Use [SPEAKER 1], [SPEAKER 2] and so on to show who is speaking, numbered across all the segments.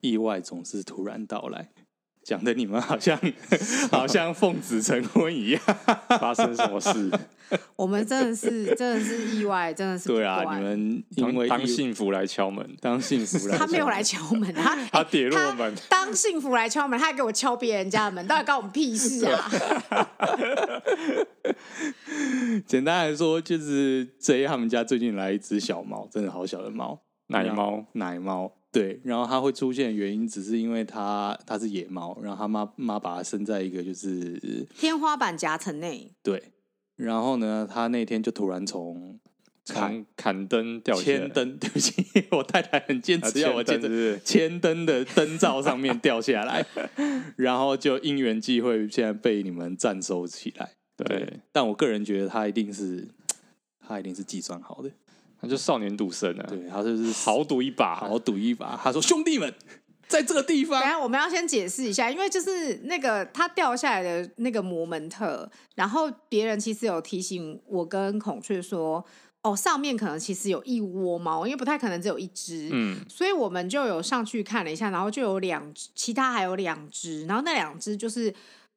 [SPEAKER 1] 意外总是突然到来，讲的你们好像好像奉子成婚一样。
[SPEAKER 2] 发生什么事？
[SPEAKER 3] 我们真的是真的是意外，真的是
[SPEAKER 1] 对
[SPEAKER 3] 不
[SPEAKER 1] 啊，
[SPEAKER 3] 管
[SPEAKER 1] 你们因
[SPEAKER 2] 当
[SPEAKER 1] 为
[SPEAKER 2] 当
[SPEAKER 1] 意
[SPEAKER 2] 幸福来敲门，
[SPEAKER 1] 当 幸福来，
[SPEAKER 3] 他没有来敲门，他
[SPEAKER 2] 他跌落
[SPEAKER 3] 他
[SPEAKER 2] 门，
[SPEAKER 3] 当幸福来敲门，他还给我敲别人家的门，到底关我们屁事啊？
[SPEAKER 1] 简单来说，就是 J 他们家最近来一只小猫，真的好小的猫，
[SPEAKER 2] 奶猫，
[SPEAKER 1] 奶猫。对，然后它会出现的原因，只是因为它它是野猫，然后它妈妈把它生在一个就是
[SPEAKER 3] 天花板夹层内，
[SPEAKER 1] 对，然后呢，它那天就突然从
[SPEAKER 2] 从砍灯掉下来
[SPEAKER 1] 千，灯， 对不起，我太太很坚
[SPEAKER 2] 啊
[SPEAKER 1] 持要我
[SPEAKER 2] 千
[SPEAKER 1] 坚
[SPEAKER 2] 灯
[SPEAKER 1] 持
[SPEAKER 2] 是不是
[SPEAKER 1] 千灯的灯罩上面掉下来，然后就因缘际会，现在被你们暂收起来。
[SPEAKER 2] 对，
[SPEAKER 1] 但我个人觉得他一定是，他一定是计算好的，
[SPEAKER 2] 他就少年赌神啊，
[SPEAKER 1] 对他就是
[SPEAKER 2] 豪赌一把，
[SPEAKER 1] 好赌一把。他说：“兄弟们，在这个地
[SPEAKER 3] 等一
[SPEAKER 1] 方，
[SPEAKER 3] 下我们要先解释一下，因为就是那个他掉下来的那个摩门特，然后别人其实有提醒我跟孔雀说，哦，上面可能其实有一窝猫，因为不太可能只有一只，
[SPEAKER 2] 嗯，
[SPEAKER 3] 所以我们就有上去看了一下，然后就有两只，其他还有两只，然后那两只就是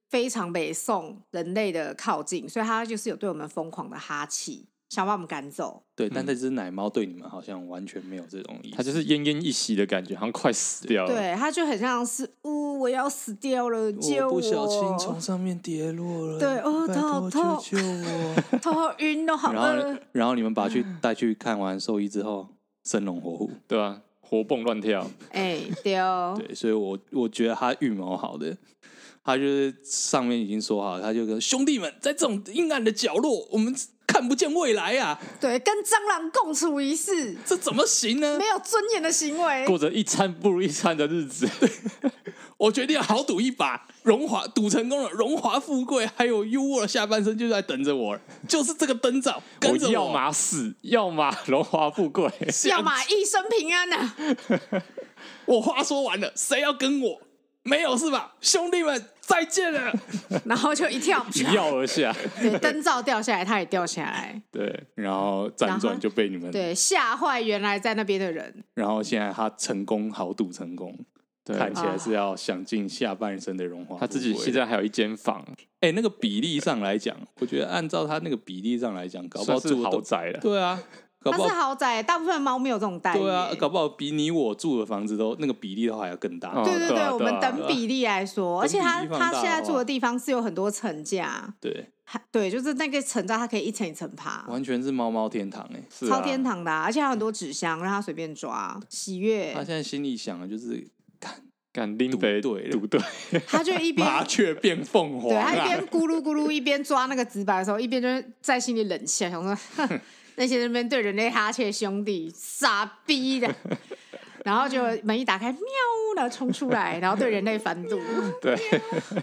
[SPEAKER 3] 非常北宋人类的靠近，所以它就是有对我们疯狂的哈气，想把我们赶走。
[SPEAKER 1] 对，但这只奶猫对你们好像完全没有这种意思。
[SPEAKER 2] 他就是奄奄一息的感觉，好像快死掉了。
[SPEAKER 3] 对，它就很像是，呜、我要死掉了，救
[SPEAKER 1] 哦不小心从上面跌落了，
[SPEAKER 3] 对哦
[SPEAKER 1] 拜
[SPEAKER 3] 头好
[SPEAKER 1] 托
[SPEAKER 3] 痛
[SPEAKER 1] 救救我！
[SPEAKER 3] 头好晕 哦，好
[SPEAKER 1] 然后
[SPEAKER 3] 饿。，
[SPEAKER 1] 然后你们把去带去看完兽医之后，生龙活虎。
[SPEAKER 2] 对啊，活蹦乱跳，
[SPEAKER 3] 哎，对哦，
[SPEAKER 1] 对，所以我我觉得他预谋好的，他就是上面已经说好了，他就跟兄弟们在这种阴暗的角落，我们看不见未来啊，
[SPEAKER 3] 对，跟蟑螂共处一室，
[SPEAKER 1] 这怎么行呢
[SPEAKER 3] 没？有尊严的行为。
[SPEAKER 2] 过着一餐不如一餐的日子。
[SPEAKER 1] 我决定要豪赌一把，荣华赌成功了，荣华富贵还有优渥的下半生就在等着我，就是这个灯罩跟着
[SPEAKER 2] 要
[SPEAKER 1] 我。
[SPEAKER 2] 么死，要么荣华富贵。
[SPEAKER 3] 要么一生平安呐、 啊！
[SPEAKER 1] 我话说完了，谁要跟我？没有是吧？兄弟们，再见了。
[SPEAKER 3] 然后就一跳，
[SPEAKER 2] 一跃而下，
[SPEAKER 3] 对，灯罩掉下来，它也掉下来。
[SPEAKER 2] 对，
[SPEAKER 1] 然后
[SPEAKER 3] 然
[SPEAKER 1] 辗
[SPEAKER 3] 后
[SPEAKER 1] 转就被你们，
[SPEAKER 3] 对，吓坏原来在那边的人。
[SPEAKER 1] 然后现在他成功豪赌成功，
[SPEAKER 2] 对啊
[SPEAKER 1] 看起来
[SPEAKER 3] 啊
[SPEAKER 1] 是要享尽下半生的荣华富贵。
[SPEAKER 2] 他自己现在还有一间房，
[SPEAKER 1] 哎、那个比例上来讲，我觉得按照他那个比例上来讲，搞不好
[SPEAKER 2] 算是
[SPEAKER 1] 住的
[SPEAKER 2] 豪
[SPEAKER 1] 都
[SPEAKER 2] 宅了。
[SPEAKER 1] 对 啊，搞
[SPEAKER 3] 它
[SPEAKER 1] 不
[SPEAKER 3] 是
[SPEAKER 1] 好
[SPEAKER 3] 豪宅，大部分猫没有这种待遇耶。
[SPEAKER 1] 对啊，搞不好比你我住的房子都那个比例都还要更大。
[SPEAKER 2] 哦
[SPEAKER 3] 对对
[SPEAKER 2] 对啊
[SPEAKER 3] 我
[SPEAKER 2] 对啊
[SPEAKER 3] 们等比例来说，而且它
[SPEAKER 1] 啊等比例放大
[SPEAKER 3] 它
[SPEAKER 1] 的话
[SPEAKER 3] 现在住的地方是有很多层架，
[SPEAKER 1] 对，
[SPEAKER 3] 还对，就是那个层架它可以一层一层爬，
[SPEAKER 1] 完全是猫猫天堂哎、
[SPEAKER 2] 是啊
[SPEAKER 3] 超天堂的啊、而且还有很多纸箱让它随便抓，喜悦
[SPEAKER 1] 他，现在心里想的就是
[SPEAKER 2] 敢拎北
[SPEAKER 1] 赌对了
[SPEAKER 2] 赌对，
[SPEAKER 3] 它就一边
[SPEAKER 1] 麻雀变凤凰
[SPEAKER 3] 对，它一
[SPEAKER 1] 啊，
[SPEAKER 3] 边咕噜 咕噜一边抓那个纸板的时候，一边就是在心里冷笑，想说 哼那些人边对人类哈欠兄弟傻 逼的，然后就门一打开，喵，然后冲出来，然后对人类反 肚。
[SPEAKER 2] 对，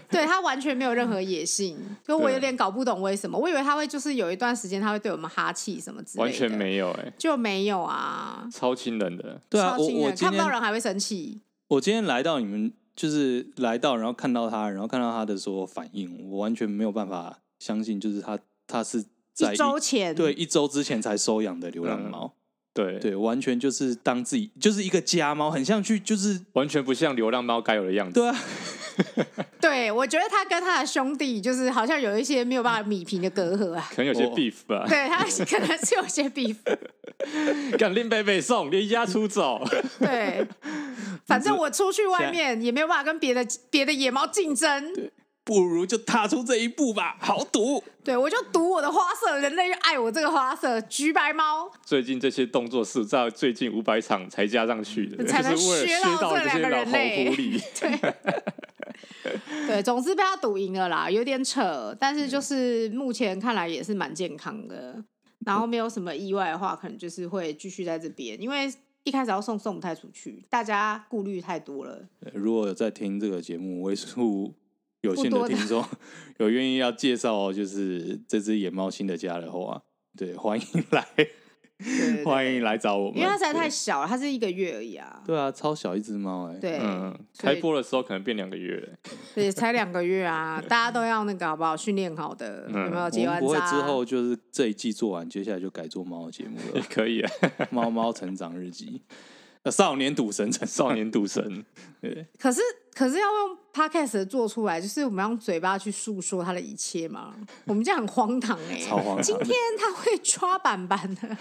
[SPEAKER 3] 对他完全没有任何野性，就我
[SPEAKER 2] 对
[SPEAKER 3] 有点搞不懂为什么，我以为他会就是有一段时间他会对我们哈气什么之类的，
[SPEAKER 2] 完全没有哎，
[SPEAKER 3] 就没有啊，
[SPEAKER 2] 超亲人的，
[SPEAKER 1] 对啊，
[SPEAKER 3] 超
[SPEAKER 1] 我
[SPEAKER 3] 惊
[SPEAKER 1] 我
[SPEAKER 3] 人，
[SPEAKER 1] 今
[SPEAKER 3] 看不到
[SPEAKER 1] 天
[SPEAKER 3] 人还会生气，
[SPEAKER 1] 我今天来到你们就是来到，然后看到他，然后看到他的所有反应，我完全没有办法相信，就是他他是在
[SPEAKER 3] 一周前
[SPEAKER 1] 对一周之前才收养的流浪
[SPEAKER 2] 嗯
[SPEAKER 1] 猫。
[SPEAKER 2] 对，
[SPEAKER 1] 对，完全就是当自己就是一个家猫，很像去就是
[SPEAKER 2] 完全不像流浪猫该有的样子。
[SPEAKER 1] 对啊，
[SPEAKER 3] 对我觉得他跟他的兄弟就是好像有一些没有办法米平的隔阂啊。
[SPEAKER 2] 可能有些
[SPEAKER 1] 我
[SPEAKER 2] beef 吧，
[SPEAKER 3] 对他可能是有些 beef，
[SPEAKER 2] 敢拎北北送，离家出走，
[SPEAKER 3] 对，反正我出去外面也没有办法跟别的别的野猫竞争，
[SPEAKER 1] 不如就踏出这一步吧，豪赌。
[SPEAKER 3] 对我就赌我的花色，人类就爱我这个花色，橘白猫，
[SPEAKER 2] 最近这些动作是在最近五百场才加上去的，
[SPEAKER 3] 才能
[SPEAKER 2] 就是为了
[SPEAKER 3] 削
[SPEAKER 2] 削
[SPEAKER 3] 到
[SPEAKER 2] 到
[SPEAKER 3] 这
[SPEAKER 2] 这些
[SPEAKER 3] 两个
[SPEAKER 2] 老
[SPEAKER 3] 人
[SPEAKER 2] 猴
[SPEAKER 3] 类
[SPEAKER 2] 狐狸。
[SPEAKER 3] 对，对，总之被他赌赢了啦，有点扯，但是就是目前看来也是蛮健康的，然后没有什么意外的话，可能就是会继续在这边，因为一开始要送送不太出去，大家顾虑太多了。
[SPEAKER 1] 呃如果有在听这个节目，为数有限
[SPEAKER 3] 不
[SPEAKER 1] 的
[SPEAKER 3] 多的
[SPEAKER 1] 听众有愿意要介绍哦就是这只野猫新的家的话，对，欢迎来，
[SPEAKER 3] 对对对，
[SPEAKER 1] 欢迎来找我们，
[SPEAKER 3] 因为它实在太
[SPEAKER 1] 对
[SPEAKER 3] 小了，它是一个月而已啊。
[SPEAKER 1] 对啊，超小一只猫哎，
[SPEAKER 3] 对，
[SPEAKER 2] 嗯，
[SPEAKER 3] 所
[SPEAKER 2] 开
[SPEAKER 3] 以
[SPEAKER 2] 播的时候可能变两个月了，
[SPEAKER 3] 也才两个月啊，大家都要那个好不好？训练好的，
[SPEAKER 2] 嗯
[SPEAKER 3] 有没有
[SPEAKER 1] 我
[SPEAKER 3] 结
[SPEAKER 1] 们
[SPEAKER 3] 完
[SPEAKER 1] 不会
[SPEAKER 3] 扎？
[SPEAKER 1] 之后就是这一季做完，接下来就改做猫的节目
[SPEAKER 2] 也，
[SPEAKER 1] 了
[SPEAKER 2] 可以啊。
[SPEAKER 1] 猫猫成长日记。呃少年赌神陈
[SPEAKER 2] 少年赌神，
[SPEAKER 3] 可是可是要用 podcast 的做出来，就是我们要用嘴巴去诉说他的一切嘛。我们这样很荒唐哎、
[SPEAKER 1] 超荒唐
[SPEAKER 3] 今天他会抓板板的，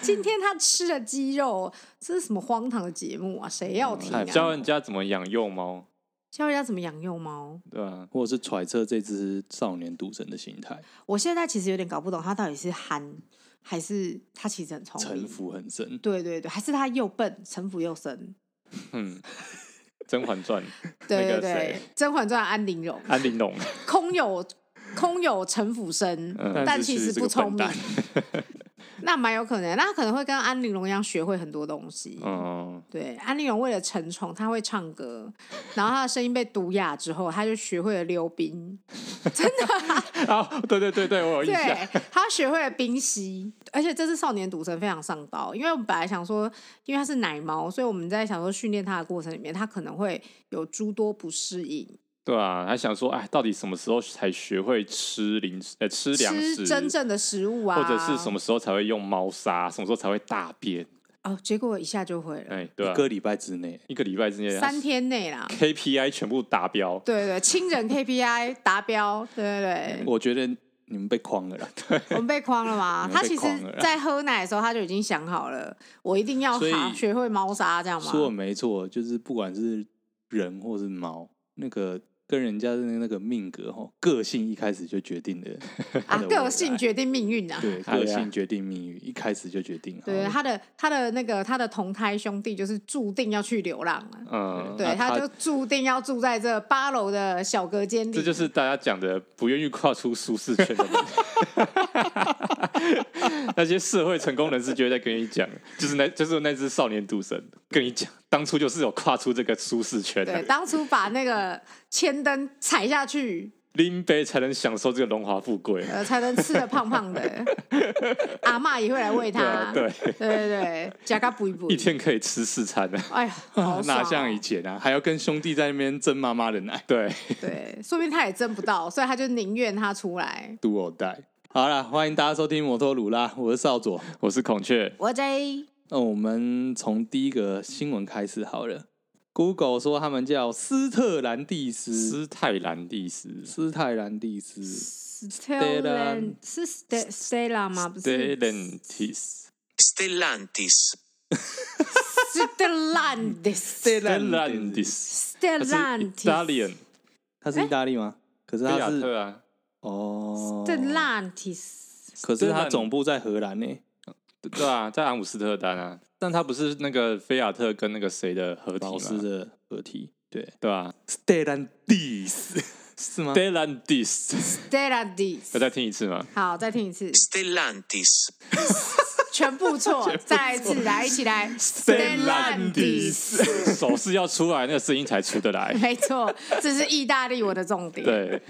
[SPEAKER 3] 今天他吃了鸡肉，这是什么荒唐的节目啊？谁要听
[SPEAKER 1] 嗯
[SPEAKER 3] 啊？
[SPEAKER 2] 教人家怎么养幼猫，
[SPEAKER 3] 教人家怎么养幼猫？
[SPEAKER 2] 对吧？
[SPEAKER 1] 或者是揣测这只少年赌神的心态，
[SPEAKER 3] 我现在其实有点搞不懂，他到底是憨还是他其实很聪
[SPEAKER 1] 城
[SPEAKER 3] 明？
[SPEAKER 1] 府很深。
[SPEAKER 3] 对对对，还是他又笨，城府又深。
[SPEAKER 2] 嗯， 《甄嬛传》
[SPEAKER 3] 对对
[SPEAKER 2] 那个谁
[SPEAKER 3] 对，《甄嬛传》安陵容，
[SPEAKER 2] 安陵 容，
[SPEAKER 3] 空有空有城府深，
[SPEAKER 2] 嗯
[SPEAKER 3] 但
[SPEAKER 1] 是
[SPEAKER 3] 其实
[SPEAKER 1] 是个
[SPEAKER 3] 不
[SPEAKER 1] 笨
[SPEAKER 3] 聪明
[SPEAKER 1] 蛋。
[SPEAKER 3] 那蛮有可能，啊那他可能会跟安陵容一样学会很多东西。
[SPEAKER 2] 嗯，
[SPEAKER 3] 对，安陵容为了成宠，她会唱歌，然后她的声音被毒哑之后，她就学会了溜冰。
[SPEAKER 2] 啊，对对对对，我有印象，
[SPEAKER 3] 对，她学会了冰嬉，而且这次少年赌神非常上道，因为我们本来想说，因为它是奶猫，所以我们在想说训练它的过程里面，它可能会有诸多不适应，
[SPEAKER 2] 对啊，还想说，哎，到底什么时候才学会吃零食？呃，吃粮食，
[SPEAKER 3] 吃真正的食物啊，
[SPEAKER 2] 或者是什么时候才会用猫砂？什么时候才会大便？
[SPEAKER 3] 哦，结果一下就会了，
[SPEAKER 2] 哎，对
[SPEAKER 1] 一
[SPEAKER 2] 啊，
[SPEAKER 1] 个礼拜之内，
[SPEAKER 2] 一个礼拜之
[SPEAKER 1] 哎
[SPEAKER 2] 内，
[SPEAKER 3] 三 天内啦。
[SPEAKER 2] KPI 全部达标，
[SPEAKER 3] 对对，亲人 KPI 达标，对对
[SPEAKER 1] 我觉得你们被框了啦。
[SPEAKER 3] 对，我们被框了吗？
[SPEAKER 1] 你们
[SPEAKER 3] 他
[SPEAKER 1] 被
[SPEAKER 3] 其实
[SPEAKER 1] 框了啦
[SPEAKER 3] 在喝奶的时候，他就已经想好了，我一定要
[SPEAKER 1] 所以
[SPEAKER 3] 好学会猫砂，这样
[SPEAKER 1] 说的
[SPEAKER 3] 吗？
[SPEAKER 1] 没错，就是不管是人或是猫，那个跟人家的那个命格哈，个性一开始就决定了它
[SPEAKER 3] 啊，
[SPEAKER 1] 的未来
[SPEAKER 3] 个性决定命运啊。
[SPEAKER 1] 对，
[SPEAKER 2] 哎
[SPEAKER 1] 个
[SPEAKER 2] 呀
[SPEAKER 1] 性决定命运，一开始就决定。
[SPEAKER 3] 对，啊
[SPEAKER 1] 好
[SPEAKER 3] 他的他的那个他的同胎兄弟就是注定要去流浪啊，
[SPEAKER 2] 嗯，
[SPEAKER 3] 对，
[SPEAKER 1] 啊
[SPEAKER 3] 他
[SPEAKER 1] 他
[SPEAKER 3] 就注定要住在这八楼的小隔间里。
[SPEAKER 2] 这就是大家讲的不愿意跨出舒适圈的人。那些社会成功人士就会在跟你讲，就是那，就是那只少年赌神跟你讲，当初就是有跨出这个舒适圈
[SPEAKER 3] 对，
[SPEAKER 2] 的，
[SPEAKER 3] 当初把那个 千灯踩下去，
[SPEAKER 2] 拎杯才能享受这个荣华富贵。
[SPEAKER 3] 呃，才能吃的胖胖的。阿嬷也会来喂
[SPEAKER 2] 对啊
[SPEAKER 3] 他，
[SPEAKER 2] 对，
[SPEAKER 3] 对对对，加个补一补
[SPEAKER 2] 一，天可以吃四餐啊的，
[SPEAKER 3] 哎呀，好爽
[SPEAKER 1] 哪
[SPEAKER 3] 哦
[SPEAKER 1] 像以前啊，还要跟兄弟在那边争妈妈的奶，
[SPEAKER 2] 对，
[SPEAKER 3] 对，说不定他也争不到，所以他就宁愿他出来。
[SPEAKER 1] 赌我带。好了，欢迎大家收听摩托鲁啦，我是少佐。
[SPEAKER 2] 我是孔雀，
[SPEAKER 3] 我 J，
[SPEAKER 1] 那我们从第一个新闻开始好了。Google 说他们叫斯特兰蒂斯，
[SPEAKER 2] 斯泰兰蒂斯
[SPEAKER 1] 斯泰兰蒂斯，
[SPEAKER 3] Stellan 是 Ste- Stella 吗？不是
[SPEAKER 2] （Stellantis）。
[SPEAKER 4] Stellantis.
[SPEAKER 3] Stellantis。
[SPEAKER 2] Stellantis，它是
[SPEAKER 3] Stellantis。
[SPEAKER 2] Italian，
[SPEAKER 1] 他是意大利吗？可是
[SPEAKER 2] 菲
[SPEAKER 1] 他
[SPEAKER 2] 亚
[SPEAKER 1] 是
[SPEAKER 2] 特啊，
[SPEAKER 1] 哦，
[SPEAKER 3] Stellantis。
[SPEAKER 1] 可是他
[SPEAKER 2] Stellan-
[SPEAKER 1] 总部在荷兰呢、
[SPEAKER 2] 对啊，在阿姆斯特丹啊，但它不是那个菲亚特跟那个谁的合体
[SPEAKER 1] 老师
[SPEAKER 2] 吗？
[SPEAKER 1] 的合体，对
[SPEAKER 2] 对啊吧
[SPEAKER 1] ，Stellantis 是吗？
[SPEAKER 2] ？Stellantis，要
[SPEAKER 3] Stellantis。
[SPEAKER 2] 再听一次吗？
[SPEAKER 3] 好，再听一次，
[SPEAKER 4] Stellantis.
[SPEAKER 3] 全部错，再一次来，一起来。。
[SPEAKER 2] 手势要出来，那个声音才出得来
[SPEAKER 3] 没错，这是意大利我的重点。
[SPEAKER 2] 对，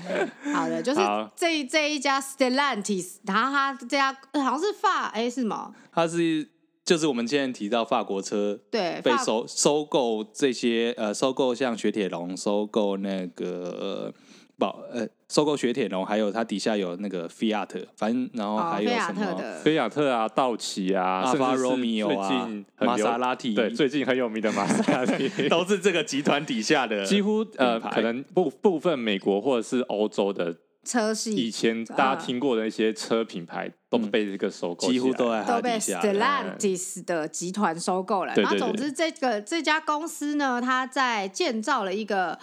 [SPEAKER 3] 好的，就是
[SPEAKER 2] 好
[SPEAKER 3] 这这一家 Stellantis，然后它这家呃好像是法哎、是什么？
[SPEAKER 1] 他是就是我们之前提到法国车
[SPEAKER 3] 对，
[SPEAKER 1] 被
[SPEAKER 3] 法
[SPEAKER 1] 收收购这些呃收购像雪铁龙收购那个宝呃收购雪铁龙，还有它底下有那个 Fiat，反正然后
[SPEAKER 3] 哦
[SPEAKER 1] 还有
[SPEAKER 3] 菲亚
[SPEAKER 1] 什
[SPEAKER 3] 特
[SPEAKER 1] 么
[SPEAKER 3] 的
[SPEAKER 2] 菲亚特啊，道奇啊，甚
[SPEAKER 1] Alfa
[SPEAKER 2] 至是
[SPEAKER 1] Romeo
[SPEAKER 2] 最
[SPEAKER 1] 啊
[SPEAKER 2] 近、很
[SPEAKER 1] 玛
[SPEAKER 2] 流
[SPEAKER 1] 莎拉蒂，
[SPEAKER 2] 对，最近很有名的玛莎拉蒂，
[SPEAKER 1] 都是这个集团底下 的，
[SPEAKER 2] 几乎呃，
[SPEAKER 1] 品牌
[SPEAKER 2] 可能部部分美国或者是欧洲的，
[SPEAKER 3] 车
[SPEAKER 2] 以
[SPEAKER 3] 系
[SPEAKER 2] 前大家听过的一些车品牌都被这个收购起来，
[SPEAKER 1] 几乎都在它
[SPEAKER 3] 都被
[SPEAKER 1] 底下的。
[SPEAKER 3] Stellantis 的集团收购了。
[SPEAKER 2] 对
[SPEAKER 3] 然后
[SPEAKER 2] 对
[SPEAKER 3] 总
[SPEAKER 2] 对
[SPEAKER 3] 之，这个这家公司呢，它在建造了一个，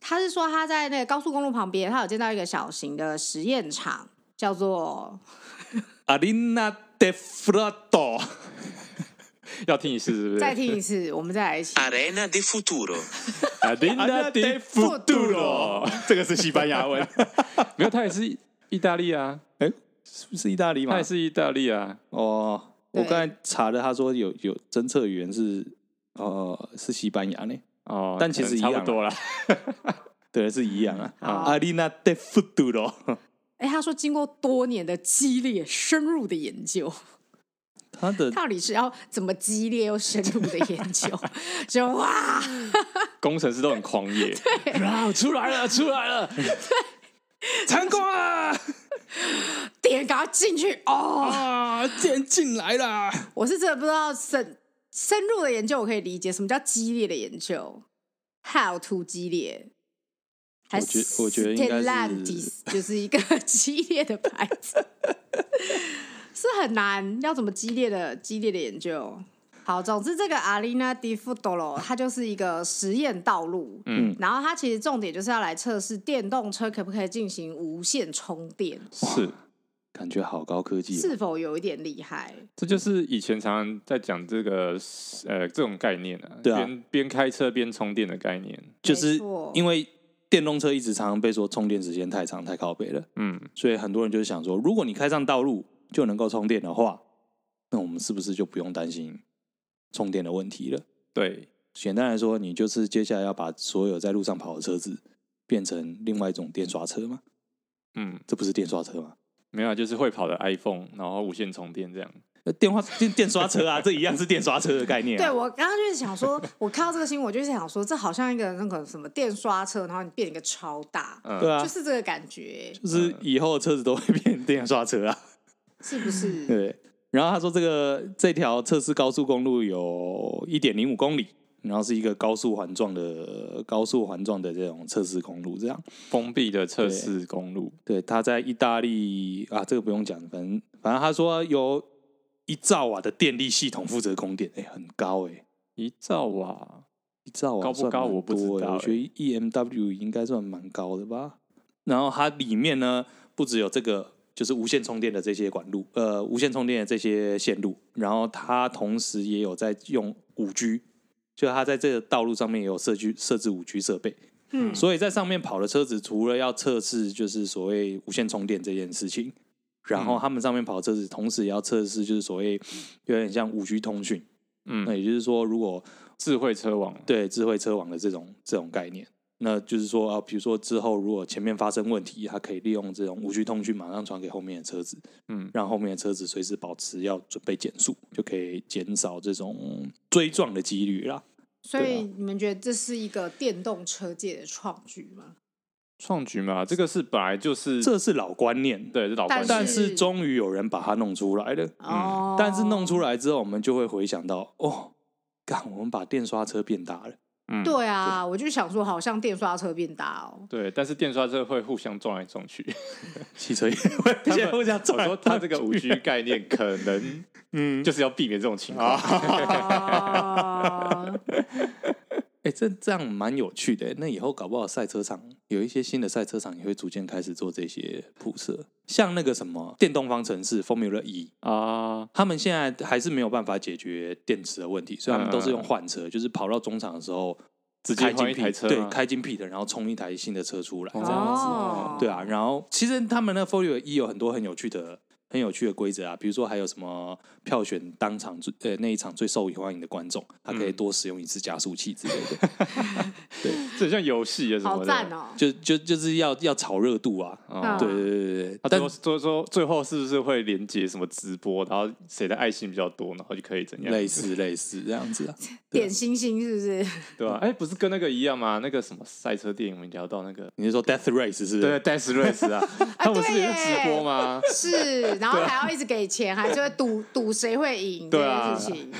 [SPEAKER 3] 他是说他在那个高速公路旁边，他有建造一个小型的实验场，叫做
[SPEAKER 1] Arena de Frato，
[SPEAKER 2] 要听一次，是不是？
[SPEAKER 3] 再 听一次，我们再来 一起。
[SPEAKER 4] Arena de Futuro.
[SPEAKER 2] Arena de Futuro，
[SPEAKER 1] 这个是西班牙文，
[SPEAKER 2] 没有，它也是意大利啊，
[SPEAKER 1] 是不是意大利
[SPEAKER 2] 它
[SPEAKER 1] 嘛
[SPEAKER 2] 也？是意大利啊，
[SPEAKER 1] 哦，我
[SPEAKER 3] 对
[SPEAKER 1] 刚才查了，他说有有侦测员是呃是西班牙呢，
[SPEAKER 2] 哦，
[SPEAKER 1] 但其实
[SPEAKER 2] 可能
[SPEAKER 1] 一样啊
[SPEAKER 2] 差不多啦。
[SPEAKER 1] 对，是一样啊。
[SPEAKER 3] 嗯好
[SPEAKER 1] 阿丽娜·德福杜罗，
[SPEAKER 3] 哎，他说经过多年的激烈、深入的研究，
[SPEAKER 1] 他的
[SPEAKER 3] 到底是要怎么激烈又深入的研究？ 就哇，
[SPEAKER 2] 工程师都很狂野，
[SPEAKER 1] 啊出来了，出来了，成功了
[SPEAKER 3] 点赶快进去哦！
[SPEAKER 1] 啊！竟然进来了，
[SPEAKER 3] 我是真的不知道沈深入的研究我可以理解，什么叫激烈的研究？How to 激烈？还是
[SPEAKER 1] 我觉我觉得应该是
[SPEAKER 3] Stellantis 就是一个激烈的牌 子，是很难要怎么激烈的激烈的研究。好，总之这个 Arena di Futuro 它就是一个实验道路，
[SPEAKER 1] 嗯
[SPEAKER 3] 然后它其实重点就是要来测试电动车可不可以进行无线充电，
[SPEAKER 2] 是，
[SPEAKER 1] 感觉好高科技、哦。
[SPEAKER 3] 是否有一点厉害？
[SPEAKER 2] 这就是以前常常在讲这个呃这种概念啊，
[SPEAKER 1] 对啊
[SPEAKER 2] 边边开车边充电的概念，
[SPEAKER 1] 就是
[SPEAKER 3] 没错
[SPEAKER 1] 因为电动车一直常常被说充电时间太长太靠北了，
[SPEAKER 2] 嗯，
[SPEAKER 1] 所以很多人就是想说，如果你开上道路就能够充电的话，那我们是不是就不用担心充电的问题了？
[SPEAKER 2] 对，
[SPEAKER 1] 简单来说，你就是接下来要把所有在路上跑的车子变成另外一种电刷车吗？
[SPEAKER 2] 嗯，
[SPEAKER 1] 这不是电刷车吗？
[SPEAKER 2] 没有啊，就是会跑的 iPhone，然后无线充电这样，
[SPEAKER 1] 呃电话电电刷车啊，这一样是电刷车的概念、啊。
[SPEAKER 3] 对我刚刚就是想说，我看到这个新闻，我就是想说，这好像一个那个什么电刷车，然后你变一个超大，
[SPEAKER 2] 嗯，
[SPEAKER 1] 对啊，
[SPEAKER 3] 就是这个感觉，
[SPEAKER 1] 就是以后车子都会变电刷车啊。
[SPEAKER 3] 是不是？
[SPEAKER 1] 嗯对，啊然后他说这个这条测试高速公路有一点零五公里，然后是一个高速环状的高速环状的这种测试公路，这样。
[SPEAKER 2] 封闭的测试公路，
[SPEAKER 1] 对，他在意大利啊，这个不用讲，反正反正他说由一兆瓦的电力系统负责供电，哎、很高哎、
[SPEAKER 2] 一兆瓦，
[SPEAKER 1] 一兆瓦
[SPEAKER 2] 高不
[SPEAKER 1] 算
[SPEAKER 2] 高
[SPEAKER 1] 蛮
[SPEAKER 2] 我不知
[SPEAKER 1] 多欸
[SPEAKER 2] 道
[SPEAKER 1] 我觉得 EMW 应该算蛮高的吧。然后它里面呢，不只有这个，就是无线充电的这些管路，呃，无线充电的这些线路，然后它同时也有在用五 G，就它在这个道路上面也有设置设置五 G 设备，
[SPEAKER 3] 嗯，
[SPEAKER 1] 所以在上面跑的车子，除了要测试就是所谓无线充电这件事情，然后他们上面跑的车子，同时也要测试就是所谓有点像五 G 通讯，那
[SPEAKER 2] 嗯，
[SPEAKER 1] 也就是说，如果
[SPEAKER 2] 智慧车网，
[SPEAKER 1] 对智慧车网的这种这种概念。那就是说啊，比如说之后如果前面发生问题，它可以利用这种无需通讯马上传给后面的车子，
[SPEAKER 2] 嗯，
[SPEAKER 1] 让后面的车子随时保持要准备减速，就可以减少这种追撞的几率啦。
[SPEAKER 3] 所以你们觉得这是一个电动车界的创举吗？
[SPEAKER 2] 创举嘛，这个是本来就是
[SPEAKER 1] 这是老观念，
[SPEAKER 2] 对，是老
[SPEAKER 3] 但
[SPEAKER 2] 观
[SPEAKER 1] 但
[SPEAKER 2] 念，
[SPEAKER 1] 是终于有人把它弄出来了。嗯
[SPEAKER 3] 哦，
[SPEAKER 1] 但是弄出来之后，我们就会回想到，哦，干，我们把电刷车变大了。
[SPEAKER 2] 嗯，
[SPEAKER 3] 对啊，我就想说，好像电刷车变大 哦。
[SPEAKER 2] 对，但是电刷车会互相撞来撞去。
[SPEAKER 1] 汽车也会
[SPEAKER 2] 他们
[SPEAKER 1] 互相撞
[SPEAKER 2] 我
[SPEAKER 1] 来
[SPEAKER 2] 说
[SPEAKER 1] 撞去。
[SPEAKER 2] 他这 个五 G 概念可能，嗯，就是要避免这种情况。
[SPEAKER 1] 啊
[SPEAKER 3] 哦，
[SPEAKER 1] 哎、这这样蛮有趣的欸。那以后搞不好赛车场有一些新的赛车场也会逐渐开始做这些铺设，像那个什么电动方程式 Formula E，
[SPEAKER 2] 啊，
[SPEAKER 1] 他们现在还是没有办法解决电池的问题，所以他们都是
[SPEAKER 2] 嗯
[SPEAKER 1] 用换车，就是跑到中场的时候
[SPEAKER 2] 直接
[SPEAKER 1] 开进
[SPEAKER 2] 换一
[SPEAKER 1] p
[SPEAKER 2] 台车
[SPEAKER 1] 对
[SPEAKER 2] 吗，
[SPEAKER 1] 开进 p 的，然后冲一台新的车出来，这
[SPEAKER 2] 哦
[SPEAKER 1] 样子。
[SPEAKER 3] 哦
[SPEAKER 1] 对啊，，然后其实他们那 Formula E 有很多很有趣的。很有趣的规则啊，比如说还有什么票选当场最呃那一场最受欢迎的观众，他可以
[SPEAKER 2] 嗯
[SPEAKER 1] 多使用一次加速器之类的。
[SPEAKER 2] 这很像游戏啊什
[SPEAKER 3] 好
[SPEAKER 2] 么
[SPEAKER 3] 赞
[SPEAKER 2] 的。
[SPEAKER 3] 哦！
[SPEAKER 1] 就就就是要要炒热度啊，
[SPEAKER 2] 哦
[SPEAKER 1] 对对对对对，
[SPEAKER 2] 他最
[SPEAKER 1] 但
[SPEAKER 2] 后最后最后是不是会连接什么直播，然后谁的爱心比较多，然后就可以怎样？
[SPEAKER 1] 类似类似这样子啊，
[SPEAKER 3] 点星星是不 是？
[SPEAKER 2] 对吧？哎，不是跟那个一样吗？那个什么赛车电影，我们聊到那个
[SPEAKER 1] 你是说 Death Race 是不
[SPEAKER 2] 对
[SPEAKER 1] 是？
[SPEAKER 2] ，Dash Race 啊，他不是也是直播吗？
[SPEAKER 3] 是，然
[SPEAKER 1] 啊
[SPEAKER 3] 后还要一直给钱，还就会赌赌谁会赢这
[SPEAKER 2] 对啊
[SPEAKER 3] 件事情。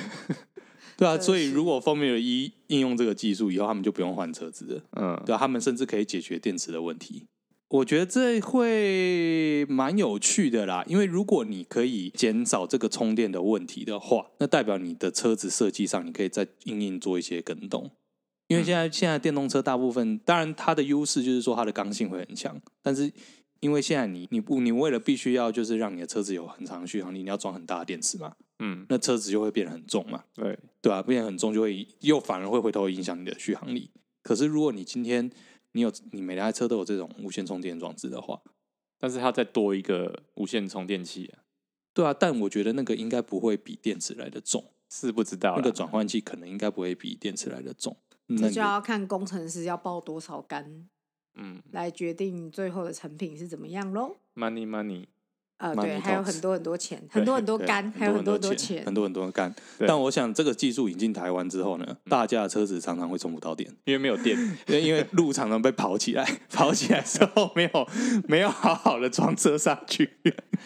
[SPEAKER 1] 对啊，
[SPEAKER 3] 是
[SPEAKER 1] 所以如果 Formula 一应用这个技术以后，他们就不用换车子了，
[SPEAKER 2] 嗯，
[SPEAKER 1] 对啊，他们甚至可以解决电池的问题。我觉得这会蛮有趣的啦，因为如果你可以减少这个充电的问题的话，那代表你的车子设计上你可以再硬硬做一些更动。因为现在现在电动车大部分，当然它的优势就是说它的刚性会很强，但是因为现在你你不你为了必须要就是让你的车子有很长的续航力，你要装很大的电池嘛，
[SPEAKER 2] 嗯，
[SPEAKER 1] 那车子就会变得很重嘛，
[SPEAKER 2] 对，
[SPEAKER 1] 对啊，变得很重就会又反而会回头影响你的续航力。可是如果你今天你有你每台车都有这种无线充电装置的话，
[SPEAKER 2] 但是它再多一个无线充电器啊，
[SPEAKER 1] 对啊，但我觉得那个应该不会比电池来的重，
[SPEAKER 2] 是不知道
[SPEAKER 1] 那
[SPEAKER 2] 啦
[SPEAKER 1] 个转换器可能应该不会比电池来的重。那
[SPEAKER 3] 这
[SPEAKER 1] 你
[SPEAKER 3] 就要看工程师要爆多少杆
[SPEAKER 2] 嗯
[SPEAKER 3] 来决定最后的成品是怎么样喽。
[SPEAKER 2] ，money money，
[SPEAKER 3] 呃，
[SPEAKER 1] Money
[SPEAKER 3] 对，还有
[SPEAKER 1] talks
[SPEAKER 3] 很多很多钱，很多很多
[SPEAKER 1] 对啊
[SPEAKER 3] 干，还有
[SPEAKER 1] 很
[SPEAKER 3] 多很
[SPEAKER 1] 多
[SPEAKER 3] 钱。
[SPEAKER 1] 很多很多干。
[SPEAKER 2] 对
[SPEAKER 1] 但我想，这个技术引进台湾之后呢，大家的车子常常会充不到电，
[SPEAKER 2] 因为没有电，
[SPEAKER 1] 因为因为路常常被跑起来，跑起来之后没有没有好好的装车上去。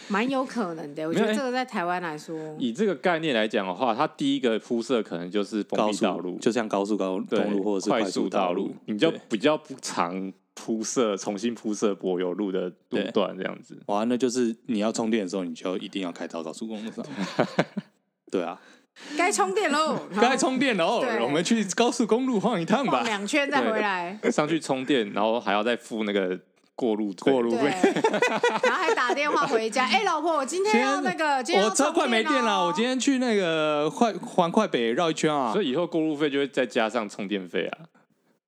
[SPEAKER 3] 蛮有可能的。我觉
[SPEAKER 2] 没
[SPEAKER 3] 得
[SPEAKER 2] 有
[SPEAKER 3] 这
[SPEAKER 1] 哎
[SPEAKER 3] 个在台湾 来说，
[SPEAKER 2] 以这个概念来讲的话，它第一个铺设可能就是封
[SPEAKER 1] 高
[SPEAKER 2] 闭
[SPEAKER 1] 速
[SPEAKER 2] 道路，
[SPEAKER 1] 就像高速高
[SPEAKER 2] 对
[SPEAKER 1] 公路或者是
[SPEAKER 2] 快
[SPEAKER 1] 速
[SPEAKER 2] 速道
[SPEAKER 1] 路，
[SPEAKER 2] 你就
[SPEAKER 1] 对
[SPEAKER 2] 比较不常铺设重新铺设柏油路的路
[SPEAKER 1] 对
[SPEAKER 2] 段这样 子。
[SPEAKER 1] 哇，那就是你要充电的时候，你就一定要开到高速公路 上。对啊，
[SPEAKER 3] 该充 电喽，
[SPEAKER 1] 该充电了，哦
[SPEAKER 3] 对
[SPEAKER 1] 我们去高速公路晃一趟
[SPEAKER 3] 然后晃
[SPEAKER 1] 吧。
[SPEAKER 3] 两圈再
[SPEAKER 2] 对
[SPEAKER 3] 回来，
[SPEAKER 2] 上去充电，然后还要再付那个过路费
[SPEAKER 1] 过路
[SPEAKER 3] 对，
[SPEAKER 1] 费，
[SPEAKER 3] 然后还打电话回家，哎，老婆，我今天要那个，今天要
[SPEAKER 1] 我车快没
[SPEAKER 3] 充
[SPEAKER 1] 电
[SPEAKER 3] 哦
[SPEAKER 1] 了，我今天去那个快环快北绕一圈啊
[SPEAKER 2] 所。以以后过路费就会再加上充电费啊。